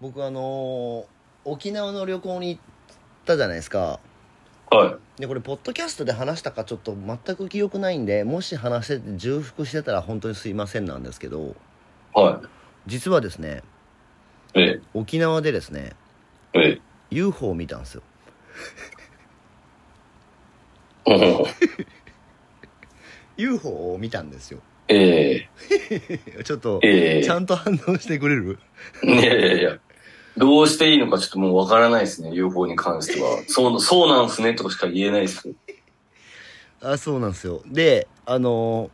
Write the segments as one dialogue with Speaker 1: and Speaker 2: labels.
Speaker 1: 僕あのー沖縄の旅行に行ったじゃないですか
Speaker 2: は
Speaker 1: でこれポッドキャストで話したかちょっと全く記憶ないんでもし話してて重複してたら本当にすいませんなんですけど
Speaker 2: い。は
Speaker 1: 実はですね
Speaker 2: い。え
Speaker 1: 沖縄でですね
Speaker 2: え、え
Speaker 1: UFO を見たんですよ
Speaker 2: え、おお
Speaker 1: UFO を見たんですよ
Speaker 2: ええ、
Speaker 1: ちょっと
Speaker 2: ええ。
Speaker 1: ちゃんと反応してくれる
Speaker 2: いやいやいや。どうしていいのかちょっともうわからないですね、UFO に関しては。そう、そうなんすねとかしか言えないですね。
Speaker 1: あそうなんですよであの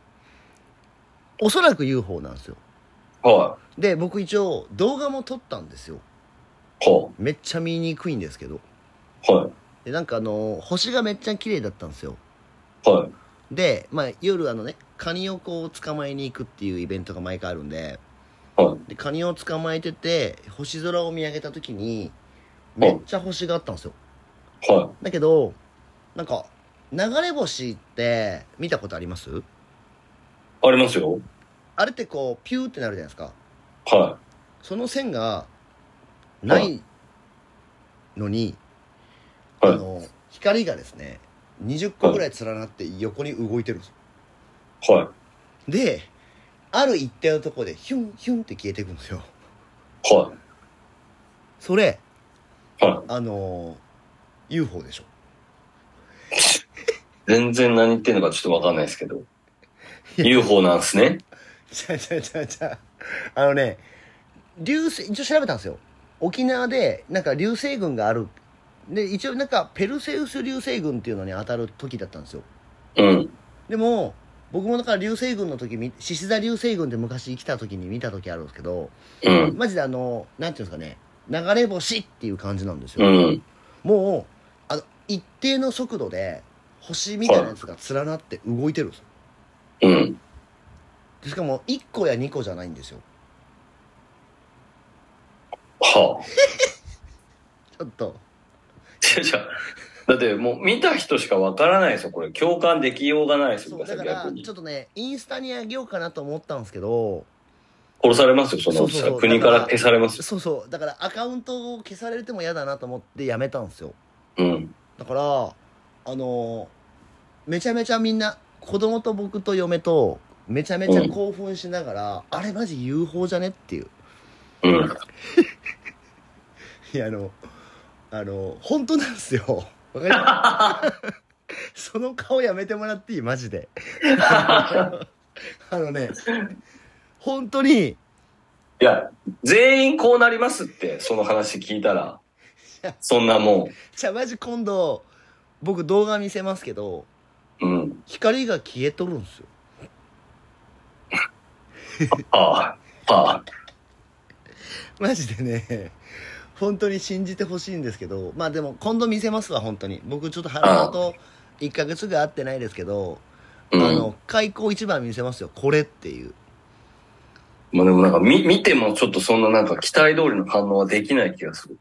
Speaker 1: ーおそらく UFO なんですよ
Speaker 2: は
Speaker 1: で僕一応動画も撮ったんですよ
Speaker 2: い。は
Speaker 1: めっちゃ見にくいんですけど
Speaker 2: い。は
Speaker 1: でなんかあのー星がめっちゃ綺麗だったんですよ
Speaker 2: い。はい。
Speaker 1: で、まあ、夜あのねカニをこう捕まえに行くっていうイベントが毎回あるんで
Speaker 2: は
Speaker 1: でカニを捕まえてて星空を見上げた時にめっちゃ星があったんですよ
Speaker 2: い。は
Speaker 1: だけどなんか流れ星って見たことあります
Speaker 2: い。ありますよ。
Speaker 1: あれってこうピューってなるじゃないですか
Speaker 2: は
Speaker 1: その線がないのに、
Speaker 2: はい
Speaker 1: あの光がですね20個ぐらい連なって横に動いてるんですよ
Speaker 2: い。は
Speaker 1: である一定のところでヒュンヒュンって消えていくんですよ
Speaker 2: い。は
Speaker 1: それ
Speaker 2: い。はい。
Speaker 1: あの UFO でしょ
Speaker 2: 全然何言ってんのかちょっとわかんないですけど。UFO なんすね。
Speaker 1: ちゃちゃちゃちゃあのね流星一応調べたんですよ沖縄でなんか流星群があるで一応なんかペルセウス流星群っていうのに当たる時だったんですよ
Speaker 2: うん。
Speaker 1: でも僕もだから流星群の時み獅子座流星群で昔生きた時に見た時あるんですけど
Speaker 2: うん。
Speaker 1: マジであのなんていうんですかね流れ星っていう感じなんです
Speaker 2: う
Speaker 1: よ、
Speaker 2: ん。
Speaker 1: もうあの一定の速度で星みたいなやつが連なって動いてるんですよ
Speaker 2: うん。
Speaker 1: でしかも1個や2個じゃないんですよ
Speaker 2: はあ。
Speaker 1: ちょっと
Speaker 2: じゃじゃだってもう見た人しかわからないですよ、これ。共感できようがないですよ、
Speaker 1: そう
Speaker 2: 僕
Speaker 1: だか
Speaker 2: は
Speaker 1: ら
Speaker 2: 逆に
Speaker 1: ちょ。っとねインスタにあげようかなと思ったんですけど
Speaker 2: 殺されますよ、そんなことした
Speaker 1: そうそうそ
Speaker 2: ら。
Speaker 1: う
Speaker 2: 国から消されますよ。
Speaker 1: そうそうだからアカウントを消されても嫌だなと思ってやめたんですよ
Speaker 2: うん。
Speaker 1: だからあのーめちゃめちゃみんな子供と僕と嫁とめちゃめちゃ興奮しながら、あれマジ UFO じゃねっていう
Speaker 2: うん。
Speaker 1: いやあのあの本当なんですよわかります その顔やめてもらっていいマジであのね本当に
Speaker 2: いや、全員こうなりますって、その話聞いたら
Speaker 1: や。
Speaker 2: そんなも
Speaker 1: じゃあマジ今度僕動画見せますけど
Speaker 2: う、うん。
Speaker 1: 光が消えとるんですよ
Speaker 2: はあ、はあ、
Speaker 1: マジでね本当に信じてほしいんですけどまあでも今度見せますわ本当に僕ちょっと原さんと1ヶ月ぐらい会ってないですけど、
Speaker 2: う
Speaker 1: あ
Speaker 2: ん。
Speaker 1: の開口一番見せますよこれっていう
Speaker 2: まあでもなんか見、見てもちょっとそんななんか期待通りの反応はできない気がする。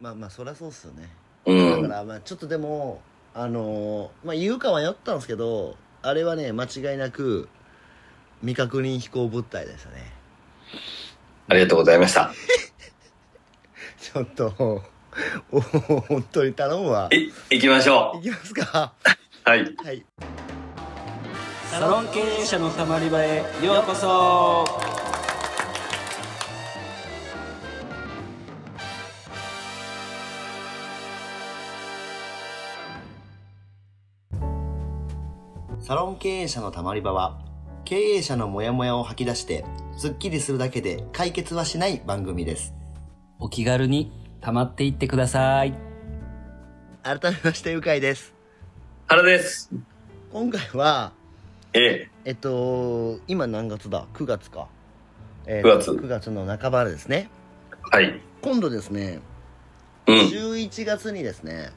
Speaker 1: まあまあそりゃそうっすよね、
Speaker 2: う
Speaker 1: だ
Speaker 2: ん。
Speaker 1: からまあちょっとでもあのーまあ言うか迷ったんですけどあれはね間違いなく未確認飛行物体でしたね
Speaker 2: ありがとうございました。
Speaker 1: ちょっとお 本当に頼むわ
Speaker 2: い、行きましょ
Speaker 1: いきますか
Speaker 2: う。はい。
Speaker 1: はい
Speaker 3: サロン経営者のたまり場へようこそ
Speaker 1: サロン経営者のたまり場は経営者のモヤモヤを吐き出してスッキリするだけで解決はしない番組です
Speaker 3: お気軽にたまっていってください
Speaker 1: 改めましてうかいです
Speaker 2: 原です。
Speaker 1: 今回は
Speaker 2: え
Speaker 1: えっと今何月だ9月か、え
Speaker 2: 9月
Speaker 1: 9月の半ばですね
Speaker 2: え。はい。
Speaker 1: 今度ですね
Speaker 2: うん。
Speaker 1: 11月にですね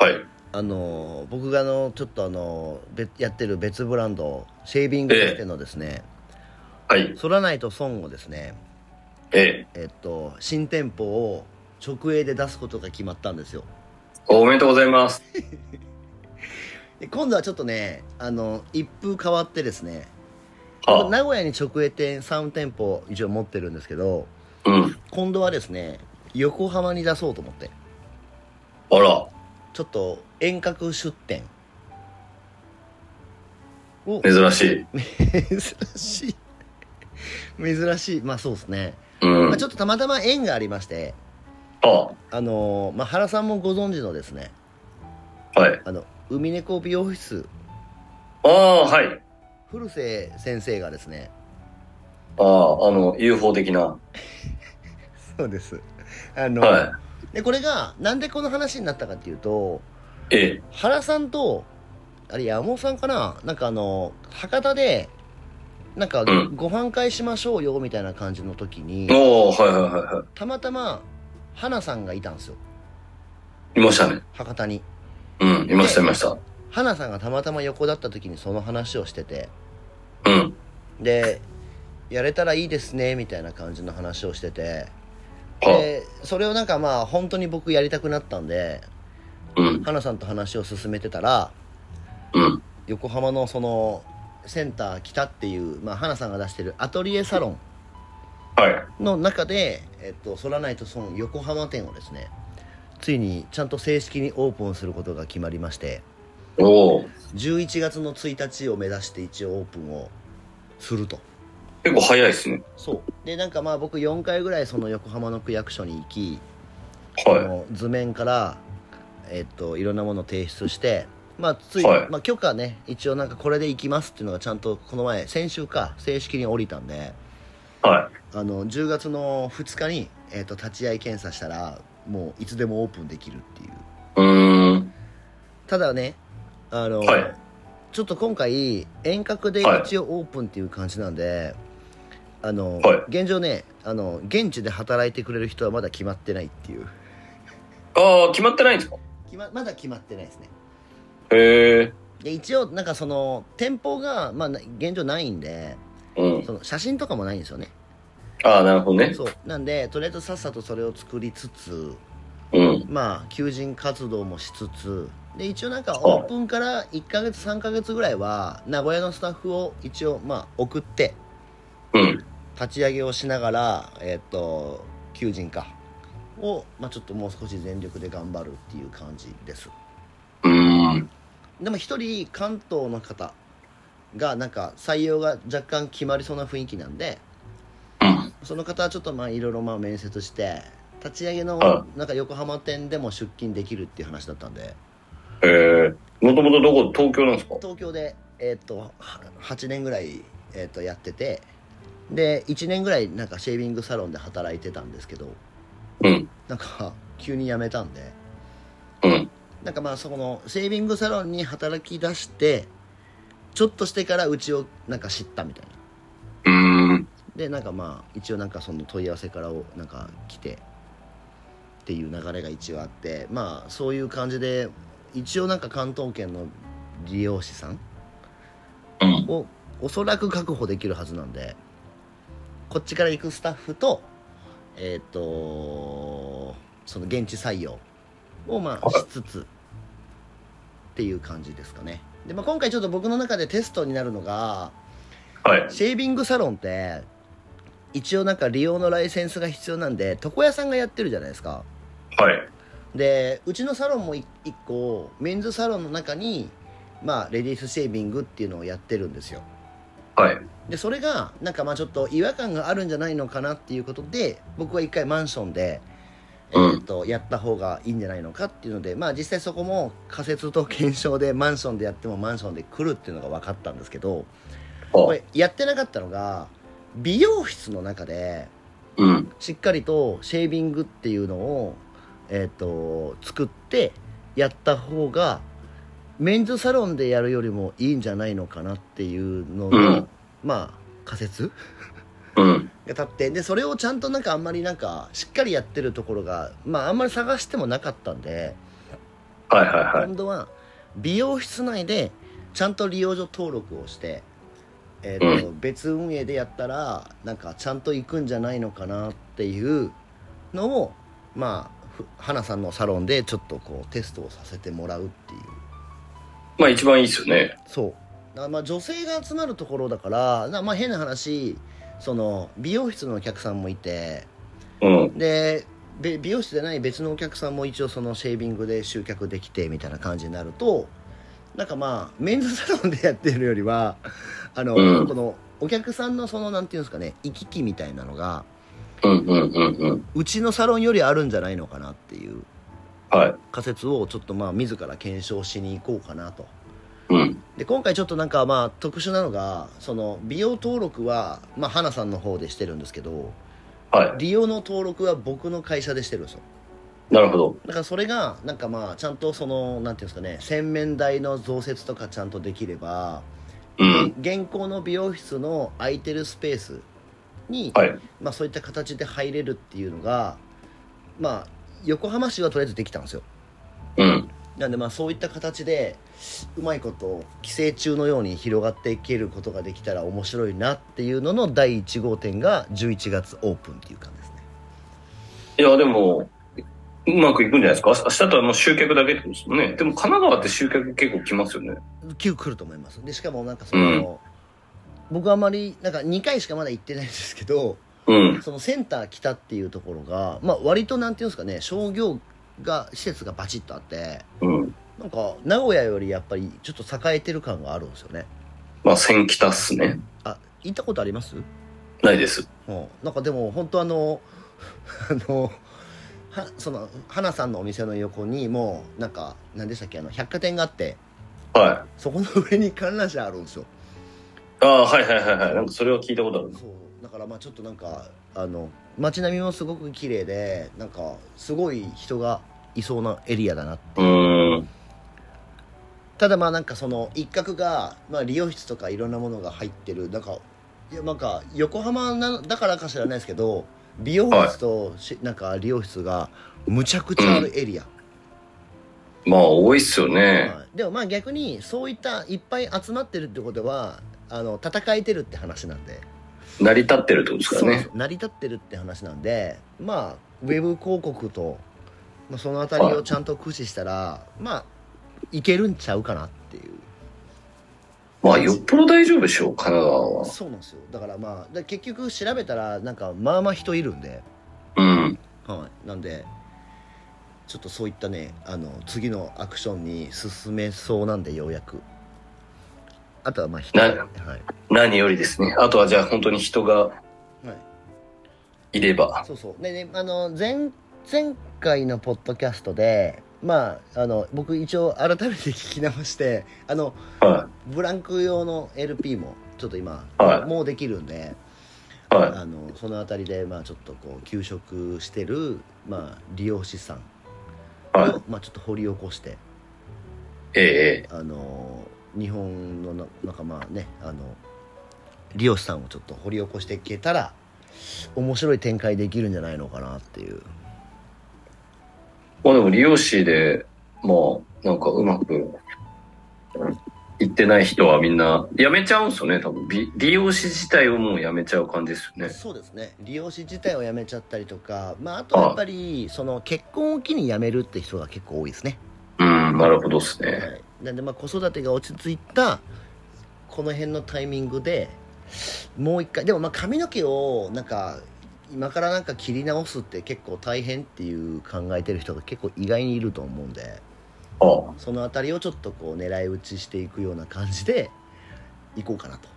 Speaker 2: はい。
Speaker 1: あの僕があのちょっとあのべやってる別ブランドシェービングエステのですね、
Speaker 2: はい。
Speaker 1: ソラナイトソンをですね
Speaker 2: ええ。
Speaker 1: えっと新店舗を直営で出すことが決まったんですよ
Speaker 2: おめでとうございます。
Speaker 1: で今度はちょっとねあの一風変わってですね
Speaker 2: は
Speaker 1: 名古屋に直営店3店舗以上持ってるんですけど
Speaker 2: あ。うん。
Speaker 1: 今度はですね横浜に出そうと思って
Speaker 2: あら、
Speaker 1: ちょっと遠隔出店を
Speaker 2: 珍しい。
Speaker 1: 珍しい珍しいまあそうですね、
Speaker 2: うん。
Speaker 1: まあ、
Speaker 2: あ
Speaker 1: ちょっとたまたま縁がありまして
Speaker 2: あ、
Speaker 1: あのーまあ、原さんもご存知のですね
Speaker 2: はい。
Speaker 1: あの海猫美容室
Speaker 2: ああ、はい。
Speaker 1: 古瀬先生がですね
Speaker 2: ああ、あの、UFO 的な。
Speaker 1: そうですあの、
Speaker 2: は
Speaker 1: でこれがなんでこの話になったかっていうと
Speaker 2: い。ええ。
Speaker 1: 原さんとあれ山本さんかななんかあの博多でなんか
Speaker 2: うん
Speaker 1: ご飯会しましょうよみたいな感じの時に、
Speaker 2: おおはいはいはいは
Speaker 1: たまたま花さんがいたんですよ
Speaker 2: い。いましたね。
Speaker 1: 博多に
Speaker 2: うん、いましたいました。
Speaker 1: 花さんがたまたま横だった時にその話をしてて
Speaker 2: うん。
Speaker 1: でやれたらいいですねみたいな感じの話をしてて
Speaker 2: は
Speaker 1: でそれをなんかまあ本当に僕やりたくなったんで
Speaker 2: あ、うん、
Speaker 1: 花さんと話を進めてたら
Speaker 2: うん。
Speaker 1: 横浜のそのセンター北っていう、まあ、花さんが出してるアトリエサロン
Speaker 2: はい。
Speaker 1: の中で、えっと、ソラナイトソン横浜店をですねついにちゃんと正式にオープンすることが決まりまして
Speaker 2: おお
Speaker 1: 11月の1日を目指して一応オープンをすると
Speaker 2: 結構早いですね。
Speaker 1: そうでなんかまあ僕4回ぐらいその横浜の区役所に行き、あ
Speaker 2: は
Speaker 1: の図面から、えっと、いろんなものを提出して、まあつい
Speaker 2: はい
Speaker 1: まあ、許可ね一応なんかこれで行きますっていうのがちゃんとこの前先週か正式に降りたんで
Speaker 2: い。は
Speaker 1: あの10月の2日に、えっと立ち会い検査したらもういつでもオープンできるっていう
Speaker 2: い。うーん。
Speaker 1: ただねあの、
Speaker 2: はい
Speaker 1: ちょっと今回遠隔で
Speaker 2: はい
Speaker 1: 一応オープンっていう感じなんで、あの、
Speaker 2: はい
Speaker 1: 現状ねあの現地で働いてくれる人はまだ決まってないっていう
Speaker 2: ああ、決まってないんですか
Speaker 1: 決ままだ決まってないですね
Speaker 2: へえ。
Speaker 1: で一応なんかその店舗が、まあ、な現状ないんで
Speaker 2: うん。
Speaker 1: その写真とかもないんですよね
Speaker 2: ああ、なるほどね。
Speaker 1: そうなんでとりあえずさっさとそれを作りつつ
Speaker 2: うん。
Speaker 1: まあ求人活動もしつつで一応なんか
Speaker 2: い
Speaker 1: オープンから1ヶ月3ヶ月ぐらいは名古屋のスタッフを一応まあ送って
Speaker 2: うん。
Speaker 1: 立ち上げをしながらえっ、と求人かを、まあ、ちょっともう少し全力で頑張るっていう感じです
Speaker 2: うーん。
Speaker 1: でも一人関東の方がなんか採用が若干決まりそうな雰囲気なんで
Speaker 2: うん。
Speaker 1: その方はちょっとまあいろいろまあ面接して立ち上げの
Speaker 2: は
Speaker 1: なんか横浜店でも出勤できるっていう話だったんで
Speaker 2: へえ。もともとどこ東京なんですか
Speaker 1: 東京で、えっとは8年ぐらい、えっとやっててで1年ぐらいなんかシェービングサロンで働いてたんですけど
Speaker 2: うん。
Speaker 1: なんか 急に辞めたんで
Speaker 2: うん。
Speaker 1: なんかまあそこのシェービングサロンに働き出してちょっとしてからうちをなんか知ったみたいな
Speaker 2: うーん。
Speaker 1: でなんかまあ一応なんかその問い合わせからをなんか来てっていう流れが一応あってまあそういう感じで一応なんか関東圏の利用者さん
Speaker 2: うん。
Speaker 1: をおそらく確保できるはずなんでこっちから行くスタッフとえっ、とその現地採用をまあ
Speaker 2: はい
Speaker 1: しつつっていう感じですかねで、まあ、今回ちょっと僕の中でテストになるのが
Speaker 2: はい。
Speaker 1: シェービングサロンって一応なんか利用のライセンスが必要なんで床屋さんがやってるじゃないですか
Speaker 2: はい。
Speaker 1: でうちのサロンも1個メンズサロンの中にまあレディースシェービングっていうのをやってるんですよ
Speaker 2: はい。
Speaker 1: でそれがなんかまあちょっと違和感があるんじゃないのかなっていうことで僕は一回マンションで、え
Speaker 2: うん
Speaker 1: ーっとやった方がいいんじゃないのかっていうのでまあ実際そこも仮説と検証でマンションでやってもマンションで来るっていうのが分かったんですけどこ
Speaker 2: あ
Speaker 1: れやってなかったのが美容室の中で
Speaker 2: うん。
Speaker 1: しっかりとシェービングっていうのを、えーっと作ってやった方がメンズサロンでやるよりもいいんじゃないのかなっていうのの、
Speaker 2: うん
Speaker 1: まあ仮説
Speaker 2: うん。
Speaker 1: が立ってでそれをちゃんとなんかあんまりなんかしっかりやってるところがまああんまり探してもなかったんで、
Speaker 2: はいはいはい。
Speaker 1: 今度は美容室内でちゃんと利用所登録をして、えーと別運営でやったらなんかちゃんと行くんじゃないのかなっていうのをまあふ花さんのサロンでちょっとこうテストをさせてもらうっていう
Speaker 2: まあ一番いいっすよね。
Speaker 1: そうだからまあ女性が集まるところだからだからまあ変な話その美容室のお客さんもいて
Speaker 2: うん。
Speaker 1: でべ美容室でない別のお客さんも一応そのシェービングで集客できてみたいな感じになるとなんかまあメンズサロンでやってるよりはあの、
Speaker 2: うん
Speaker 1: このお客さんのそのなんていうんですかね行き来みたいなのが
Speaker 2: うんうんうんうん。
Speaker 1: うちのサロンよりあるんじゃないのかなっていう
Speaker 2: はい。
Speaker 1: 仮説をちょっとまあ自ら検証しに行こうかなと。
Speaker 2: うん。
Speaker 1: で今回ちょっとなんかまあ特殊なのがその美容登録はまあ花さんの方でしてるんですけど
Speaker 2: は
Speaker 1: 利用の登録は僕の会社でしてるんですよ
Speaker 2: い。なるほど。
Speaker 1: だからそれがなんかまあちゃんとそのなんていうんですかね洗面台の増設とかちゃんとできれば、
Speaker 2: うん。
Speaker 1: 現行の美容室の空いてるスペースに、
Speaker 2: はい。
Speaker 1: まあ、そういった形で入れるっていうのがまあ横浜市はとりあえずできたんですよ
Speaker 2: うん。
Speaker 1: なんでまあそういった形でうまいこと寄生虫のように広がっていけることができたら面白いなっていうのの第1号店が11月オープンっていう感じですね
Speaker 2: いや、でも、うまくいくんじゃないですか明日とはもう集客だけってことですもんね。でも神奈川って集客結構来ますよね。
Speaker 1: 9来ると思いますでしかもなんかその、僕はあまりなんか2回しかまだ行ってないんですけど
Speaker 2: うん。
Speaker 1: そのセンター北っていうところが、まあ、割となんていうんですかね商業が施設がバチッとあって
Speaker 2: うん。
Speaker 1: なんか名古屋よりやっぱりちょっと栄えてる感があるんですよね
Speaker 2: まあ、千北っすね。
Speaker 1: あ行ったことあります
Speaker 2: ないです。
Speaker 1: うん、なんかでも本当あの あのはその花さんのお店の横にもうなんか何でしたっけあの百貨店があって
Speaker 2: はい。
Speaker 1: そこの上に観覧車あるんですよ
Speaker 2: ああ、はいはいはいはい。なんかそれは聞いたことある。
Speaker 1: そうだからまあちょっとなんかあの街並みもすごく綺麗でなんかすごい人がいそうなエリアだな
Speaker 2: うーん。
Speaker 1: ただまあなんかその一角が、まあ、理容室とかいろんなものが入ってるなんかいやなんか横浜なだからか知らないですけど美容室とし、なんか理容室がむちゃくちゃあるエリア、
Speaker 2: まあ、多いっすよね。
Speaker 1: はいでもまあ逆にそういったいっぱい集まってるってことはあの戦えてるって話なんで
Speaker 2: 成り立ってるってことですからね
Speaker 1: そう。成り立ってるって話なんでまあウェブ広告と、まあ、そのあたりをちゃんと駆使したら、まあいけるんちゃうかなっていう
Speaker 2: まあ、よっぽど大丈夫でしょう、神奈川は。
Speaker 1: そうなんですよだからまあで結局調べたらなんかまあまあ人いるんで、
Speaker 2: うん。
Speaker 1: はい、なんでちょっとそういったねあの次のアクションに進めそうなんでようやくあとはまあ人
Speaker 2: な
Speaker 1: はい
Speaker 2: 何よりですね。あとは、じゃあ、本当に人が
Speaker 1: はい
Speaker 2: いれば。
Speaker 1: そうそうでねあの前前回のポッドキャストでまああの僕一応改めて聞き直してあの
Speaker 2: は
Speaker 1: ブランク用の LP もちょっと今、
Speaker 2: はい
Speaker 1: もうできるんで、
Speaker 2: い。は
Speaker 1: あのその辺りでまあちょっとこう休職してる、まあ、利用師さん
Speaker 2: い。
Speaker 1: を、
Speaker 2: はい。
Speaker 1: まあ、ちょっと掘り起こして
Speaker 2: ええええ。
Speaker 1: あの日本のななんかまあねあの利用師さんをちょっと掘り起こしていけたら面白い展開できるんじゃないのかなっていう
Speaker 2: まあでも利用師で、まあ、なんかうまく、いってない人はみんな、辞めちゃうんすよね、多分。美利用師自体をもう辞めちゃう感じですよね。
Speaker 1: そうですね利用師自体を辞めちゃったりとか、まあ、あとやっぱりその結婚を機に辞めるって人が結構多いですね、
Speaker 2: うん、なるほどです
Speaker 1: は
Speaker 2: ね。
Speaker 1: い、なんでまあ子育てが落ち着いたこの辺のタイミングでもう一回でもまあ髪の毛をなんか今からなんか切り直すって結構大変っていう考えてる人が結構意外にいると思うんで
Speaker 2: ああ
Speaker 1: その辺りをちょっとこう狙い撃ちしていくような感じでいこうかなと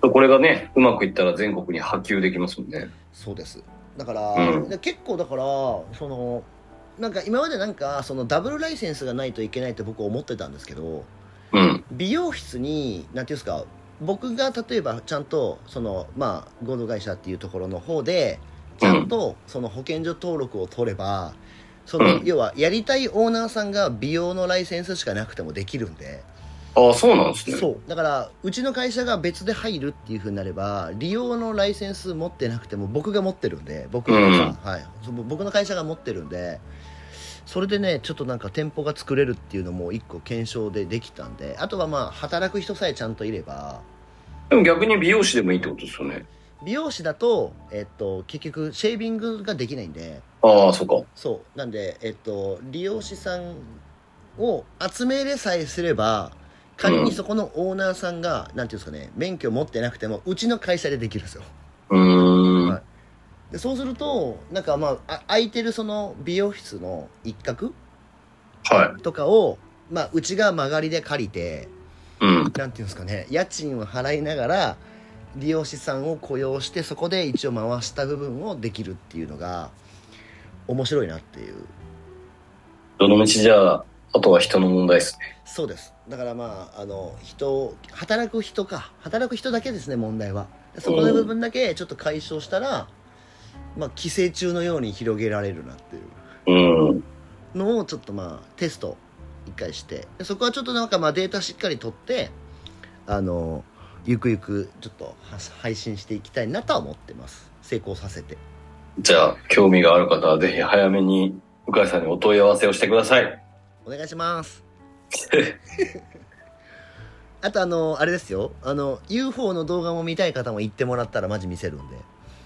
Speaker 2: これがね、うまくいったら全国に波及できますもんね。
Speaker 1: そうですだから、
Speaker 2: うん
Speaker 1: で結構だからそのなんか今までなんかそのダブルライセンスがないといけないって僕思ってたんですけど
Speaker 2: うん。
Speaker 1: 美容室になんていうんですか僕が例えばちゃんとそのまあ合同会社っていうところの方でちゃんとその保健所登録を取ればその、
Speaker 2: うん
Speaker 1: 要はやりたいオーナーさんが美容のライセンスしかなくてもできるんで
Speaker 2: ああ、そうなんですね。
Speaker 1: そうだからうちの会社が別で入るっていうふうになれば利用のライセンス持ってなくても僕が持ってるんで僕の会社、
Speaker 2: うん
Speaker 1: はい、その僕の会社が持ってるんでそれでねちょっとなんか店舗が作れるっていうのも一個検証でできたんであとはまあ働く人さえちゃんといれば
Speaker 2: でも逆に美容師でもいいってことですよね。
Speaker 1: 美容師だと、えっと、結局シェービングができないんで
Speaker 2: ああ、そうか。
Speaker 1: そうなんでえっと利用師さんを集めれさえすれば仮にそこのオーナーさんが、なんていうんですかね免許持ってなくてもうちの会社でできるんですよ
Speaker 2: うーん。
Speaker 1: はいでそうするとなんかまああ空いてるその美容室の一角
Speaker 2: は
Speaker 1: とかを、まあ、うちが間借りで借りて
Speaker 2: い。うん。
Speaker 1: なんていうんですかね家賃を払いながら利用師さんを雇用してそこで一応回した部分をできるっていうのが面白いなっていう
Speaker 2: どの道じゃあ、あとは人の問題ですね。
Speaker 1: そうですだからまああの人働く人か働く人だけですね問題はでそこの部分だけちょっと解消したら、まあ、寄生虫のように広げられるなっていう
Speaker 2: うん。
Speaker 1: のをちょっとまあテスト一回してでそこはちょっとなんかまあデータしっかり取ってあのゆくゆくちょっとは配信していきたいなとは思ってます成功させて
Speaker 2: じゃあ、興味がある方はぜひ早めに、向井さんにお問い合わせをしてください。
Speaker 1: お願いします あとあのあれですよあの UFO の動画も見たい方も言ってもらったらマジ見せるん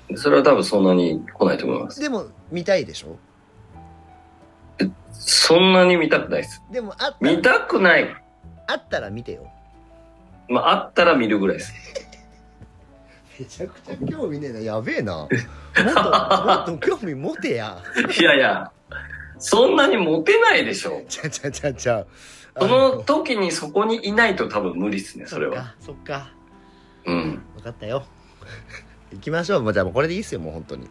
Speaker 1: で
Speaker 2: それは多分そんなに来ないと思います。
Speaker 1: でも見たいでしょ
Speaker 2: そんなに見たくないです。
Speaker 1: でもあった
Speaker 2: 見たくない。
Speaker 1: あったら見てよ
Speaker 2: まあ、あったら見るぐらいです。
Speaker 1: めちゃくちゃ興味ねえなやべえ なもっともっと興味持てや
Speaker 2: いやいや、そんなにモテないでしょ。
Speaker 1: ちゃちゃちゃちゃ
Speaker 2: その時にそこにいないと多分無理ですね、それは。
Speaker 1: そっかそっか
Speaker 2: うん。
Speaker 1: 分かったよ行きましょうもうじゃあもうこれでいいっすよもう本当に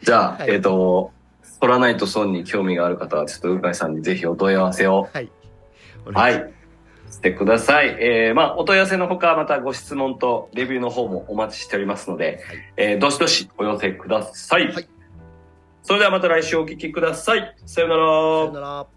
Speaker 2: じゃあ、
Speaker 1: はい
Speaker 2: えっ、と、ソラナイトソンに興味がある方は、ちょっとうかいさんにぜひお問い合わせを、
Speaker 1: はいお
Speaker 2: は
Speaker 1: 願し
Speaker 2: い、してください。えー、まあ、お問い合わせのほか、またご質問とレビューの方もお待ちしておりますので、
Speaker 1: はい
Speaker 2: えー、どしどしお寄せください。
Speaker 1: はい
Speaker 2: それではまた来週お聞きください。さよう
Speaker 1: ますさよなら